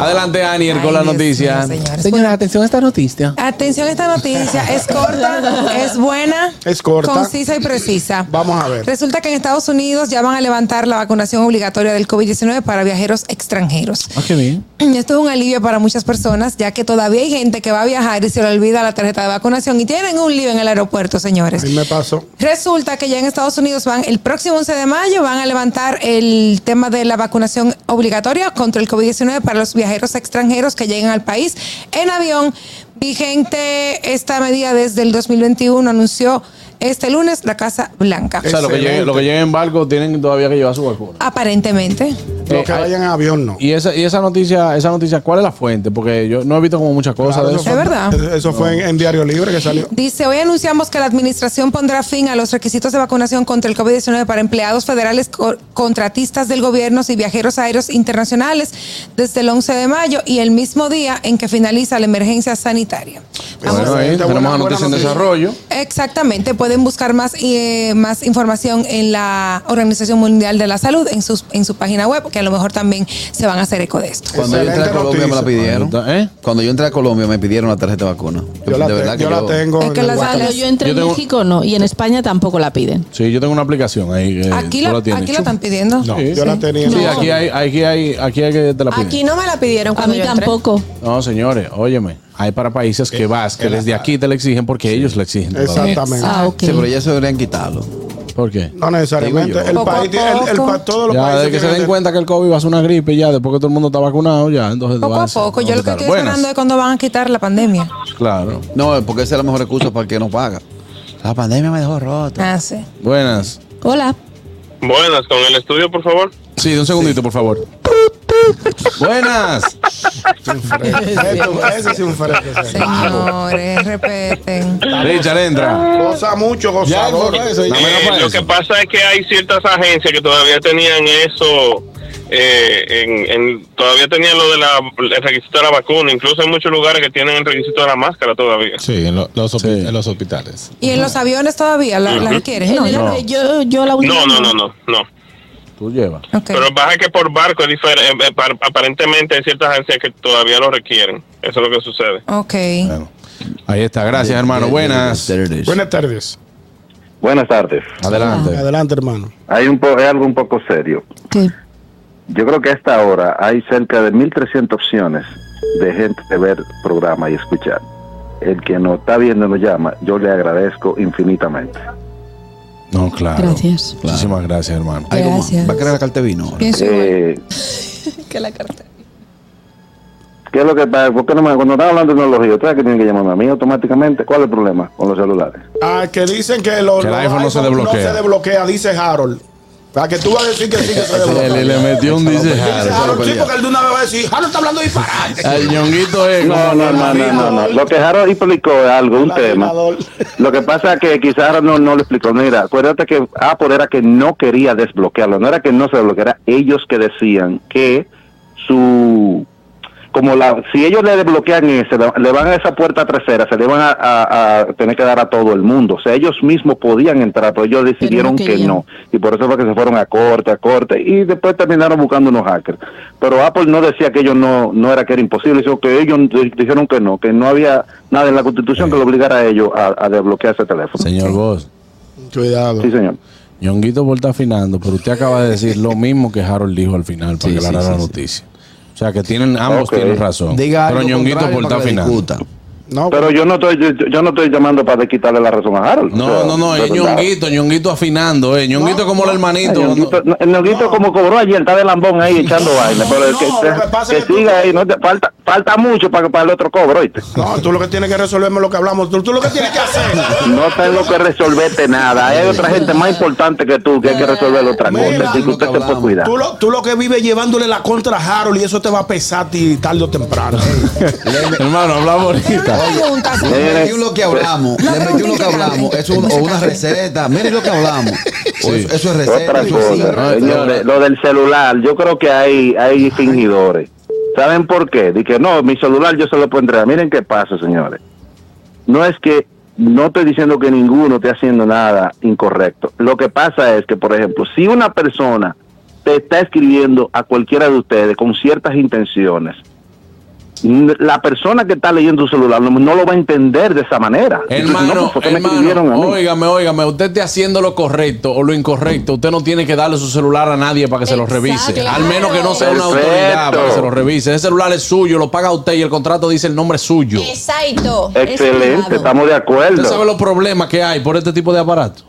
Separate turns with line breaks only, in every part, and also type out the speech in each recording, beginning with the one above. Adelante, Anier, con la
Ay, Dios
noticia.
mío, señores.
Señora, atención a esta noticia.
Bueno, atención a esta noticia. Es corta, es buena.
Es corta.
Concisa y precisa.
Vamos a ver.
Resulta que en Estados Unidos ya van a levantar la vacunación obligatoria del COVID-19 para viajeros extranjeros.
Ah, qué bien.
Esto es un alivio para muchas personas, ya que todavía hay gente que va a viajar y se le olvida la tarjeta de vacunación y tienen un lío en el aeropuerto, señores.
A mí me pasó.
Resulta que ya en Estados Unidos van, el próximo 11 de mayo van a levantar el tema de la vacunación obligatoria contra el COVID-19 para los viajeros extranjeros que lleguen al país en avión. Vigente esta medida desde el 2021, anunció este lunes la Casa Blanca.
O sea, lo que, llegue- lo que lleguen en barco tienen todavía que llevar su vacuna.
Aparentemente.
Los
Eh,
que
ay-
vayan en avión no.
Y esa, y esa noticia, esa noticia, ¿cuál es la fuente? Porque yo no he visto como muchas cosas
Claro,
de
eso
eso.
fue-
¿Es verdad?
eso- Eso fue en, en Diario Libre que salió.
Dice, hoy anunciamos que la administración pondrá fin a los requisitos de vacunación contra el COVID-19 para empleados federales, co- contratistas del gobierno y viajeros aéreos internacionales desde el 11 de mayo y el mismo día en que finaliza la emergencia sanitaria. Vamos
Bueno,
a-
ahí
Esta
tenemos
buena-
una
buena
noticia en
noticia.
desarrollo.
Exactamente, pueden buscar más, eh, más información en la Organización Mundial de la Salud, en, sus, en su página web, que a lo mejor también se van a hacer eco de esto.
Cuando yo entré a
Excelente
Colombia me la
noticia.
pidieron.
¿Eh?
Cuando yo entré a Colombia me pidieron la tarjeta de vacuna.
Yo la,
De verdad
te- yo
que
la tengo.
Es
en
que
el
la
WhatsApp.
sale-
Cuando yo entré
Yo
en
tengo-
México, no. Y en España tampoco la piden.
Sí, yo tengo una aplicación ahí. que
Aquí
tú
la,
la tienes.
aquí la están pidiendo.
No,
Sí.
yo la tenía. en
Sí,
el
aquí hay, aquí hay, aquí hay que te la piden.
Aquí no me la pidieron
A
cuando
mí
yo entré.
tampoco.
No, señores, óyeme, hay para países
Eh,
que vas, que desde aquí te la exigen porque ellos la exigen. todavía.
Exactamente.
Ah, ok.
Sí, pero ya se deberían quitarlo.
¿Por qué?
No necesariamente.
Digo yo.
El
Poco a
país, tiene- el, el
poco.
pa- todos los
Ya,
países
desde que se den
tienen-
cuenta que el COVID va a ser una gripe, ya, después que todo el mundo está vacunado, ya, entonces...
Poco
van
a
a ser-
poco,
van a
yo lo que
quitar.
estoy
Buenas.
esperando es cuando van a quitar la pandemia.
Claro.
No, porque esa es la mejor excusa para que no paga. La pandemia me dejó roto.
Ah, sí.
Buenas.
Hola.
Buenas, con el estudio, por favor.
Sí, un segundito, por favor. Buenas.
Esto- Ese es un frente. señor.
Señores, respeten.
Richard, entra.
Goza mucho,
Ya,
gozador.
por eso, ya.
Eh,
Dame la
Eh,
pa'
lo
eso.
que pasa es que hay ciertas agencias que todavía tenían eso, eh, en, en- todavía tenían lo de la, el requisito de la vacuna. Incluso hay muchos lugares que tienen el requisito de la máscara todavía.
Sí, en, lo- los, hopi-
Sí.
en los hospitales.
¿Y en los aviones todavía la- las requieren? No,
En el-
no.
Yo, yo la última
No, no, no, no, no.
Tú llevas.
Ok.
Pero lo que pasa es que por barco es diferente. eh, par- Aparentemente hay ciertas agencias que todavía lo requieren. Eso es lo que sucede.
Ok.
Bueno, ahí está. Gracias, hermano. Buenas.
There it is.
Buenas tardes.
Buenas tardes.
Adelante.
Adelante, hermano.
Hay, un po- hay algo un poco serio.
¿Qué?
Yo creo que a esta hora hay cerca de 1.300 opciones de gente de ver programa y escuchar. El que no está viendo nos llama, yo le agradezco infinitamente.
No, claro.
Gracias.
Muchísimas gracias, hermano.
¿Algo más?
Gracias.
¿Va a querer la carta de vino? ahora?
Pienso igual.
Eh,
Que la carta.
¿Qué es lo que pasa? ¿Por qué no me, cuando están hablando de tecnología, ¿ustedes que tienen que llamarme a mí automáticamente? ¿Cuál es el problema con los celulares?
Ah, que dicen que, los,
Que el
los
iPhone no se desbloquea.
se desbloquea, dice Harold. Para que tú vas a decir que sí que se desbloquea.
Le, le metió un dice.
Dice Harold, sí, porque él de una vez va a decir, Harold está hablando disparate.
El ñonguito es.
Eh, No, no, no, no, no, no. Lo que Harold explicó es algo, un tema.
Latinador.
Lo que pasa es que quizás Harold no, no lo explicó. Mira, acuérdate que Apple era que no quería desbloquearlo. No era que no se desbloqueara. Ellos que decían que su... Como la, si ellos le desbloquean ese, le- le van a esa puerta trasera, se le van a, a- a tener que dar a todo el mundo. O sea, ellos mismos podían entrar, pero ellos decidieron que
querían.
no. Y por eso fue que se fueron a corte, a corte. Y después terminaron buscando unos hackers. Pero Apple no decía que ellos no, no era que era imposible, sino que ellos di- dijeron que no, que no había nada en la constitución que lo obligara a ellos a, a desbloquear ese teléfono.
Señor Vos,
Cuidado.
Sí, señor.
ñonguito volta afinando, pero usted acaba de decir lo mismo que Harold dijo al final para
Sí,
aclarar
sí,
la
sí,
noticia. O sea, que tienen ambos
Ok.
tienen razón.
Diga
pero
algo
ñonguito
contrario
volta
para que le
afinando.
discuta.
No,
Pero yo no estoy yo, yo no estoy llamando para quitarle la razón a Harold. O
No,
sea,
no, no, es
de verdad.
ñonguito, ñonguito afinando, eh. ñonguito
No,
como el hermanito.
El
cuando-
Ñonguito- el Ñonguito como cobró ayer, está de lambón ahí echando vaina. Pero el que,
no, lo que pasa
que
es que tú-
siga ahí, no te, falta, falta mucho para, para el otro cobro, ¿oíste?
No, tú lo que tienes que resolverme lo que hablamos. Tú, tú lo que tienes que hacer.
No tengo que resolverte nada. Hay otra gente más importante que tú que hay que resolver otra
Mira,
cosa. Así que
lo que
usted se puede
hablamos.
cuidar.
Tú lo, tú lo que vives llevándole la contra a Harold y eso te va a pesar a ti tarde o temprano.
Hermano, hablamos
Pero
ahorita.
una pregunta, señor.
Le metí lo que hablamos, le metí lo que hablamos, es un- o una receta, mire lo que hablamos. O eso, eso es receta,
Otra
eso es
cosa,
síndrome.
señores, lo del celular, yo creo que hay, hay fingidores. ¿Saben por qué? Dije, no, mi celular yo se lo puedo entregar. Miren qué pasa, señores. No es que no estoy diciendo que ninguno esté haciendo nada incorrecto. Lo que pasa es que, por ejemplo, si una persona te está escribiendo a cualquiera de ustedes con ciertas intenciones, n- la persona que está leyendo su celular no, no lo va a entender de esa manera. Entonces, no,
Hermano,
pues, ¿por qué me escribieron a
hermano,
mí?
óigame, óigame, usted esté haciendo lo correcto o lo incorrecto, usted no tiene que darle su celular a nadie para que se lo
Exacto.
revise. Al menos que no sea una
Perfecto.
autoridad para que se lo revise. Ese celular es suyo, lo paga usted y el contrato dice el nombre es suyo.
Exacto.
Excelente,
Explicado.
estamos de
Usted sabe
acuerdo.
los problemas que hay por este tipo de aparatos.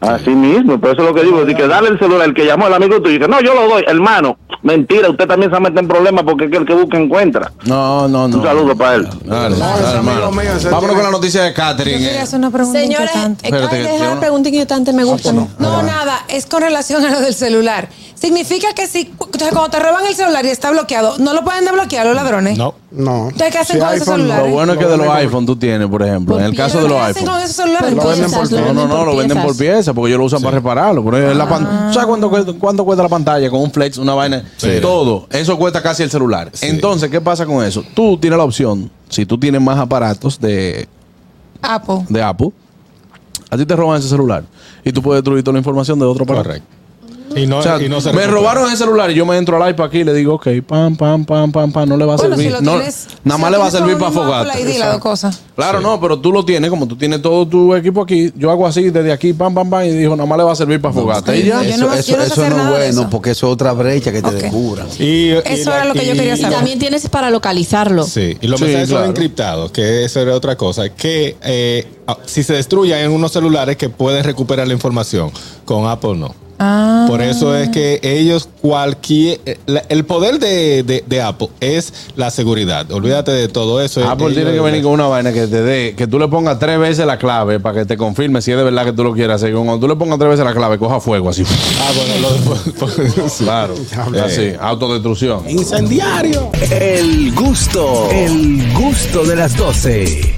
Así mismo, por eso es lo que digo, de que dale el celular, el que llamó el amigo tuyo, dice, no, yo lo doy, hermano, mentira, usted también se mete en problemas porque es que el que busca encuentra.
No, no, no.
Un saludo para él.
Dale, dale,
No, ese amigo
hermano.
mío, ese
Vámonos
tiene-
con la noticia de
Yo quería
Catherine. eh.
hacer una pregunta
Señores,
importante.
eh,
Espérate
ay,
que
deja
yo
la
no-
pregunta inquietante, me gusta.
No, nada, es con relación a lo del celular. Significa que si entonces cuando te roban el celular y está bloqueado, no lo pueden desbloquear los ladrones.
No.
No. Entonces, ¿qué hacen
Sí,
con esos
iPhone, lo
Lo
celulares?
bueno es que
Lo
de los
venden por-
iPhone tú tienes, por ejemplo. En el
Por
caso
¿Pero
de los
¿Qué hacen
iPhone.
con esos celulares?
Lo
entonces?
venden por-
lo
No, no, no, lo venden por
piezas.
pieza, porque ellos lo usan para repararlo. Por ejemplo, la
Ah.
pan- ¿Sabes cuánto cuesta, cuánto cuesta la pantalla con un flex, una vaina? Todo. Eso cuesta casi el celular. Entonces, ¿qué pasa con eso? Tú tienes la opción, si tú tienes más aparatos de,
Apple.
de Apple, a ti te roban ese celular y tú puedes destruir toda la información de otro aparato.
Y no,
O sea,
y no se
me
recupera.
robaron ese celular y yo me entro al iPad aquí y le digo, ok, pam, pam, pam, pam, pam, no le va a
Bueno, si
servir.
lo
No,
tienes.
nada más
si lo
le va a
tienes
servir
con
para
un Apple
fogata.
ID, las dos cosas.
Claro, no, pero tú lo tienes, como tú tienes todo tu equipo aquí, yo hago así desde aquí, pam, pam, pam, y dijo, nada más le va a servir para fogata. Y ya.
Yo
Eso,
no- yo
eso,
no sé
eso
hacer
no es
nada de
bueno
eso.
porque eso es otra brecha que te
Ok.
descubra.
Y- y
Eso era lo que yo quería
y-
Y también tienes para localizarlo.
Sí, y los
Sí,
mensajes
claro.
son encriptados, que eso era otra cosa. Que eh, ah, si se destruyen en unos celulares que pueden recuperar la información, con Apple no. Por eso es que ellos cualquier... eh, la- El poder de, de- de Apple es la seguridad. Olvídate de todo eso. Eh,
Apple
Ellos-
tiene que venir con una vaina que te dé, que tú le pongas tres veces la clave para que te confirme si es de verdad que tú lo quieres hacer. Cuando tú le pongas tres veces la clave, coja fuego así.
Ah, bueno, lo-
Claro. Así, autodestrucción.
Incendiario.
El gusto, el gusto de las 12.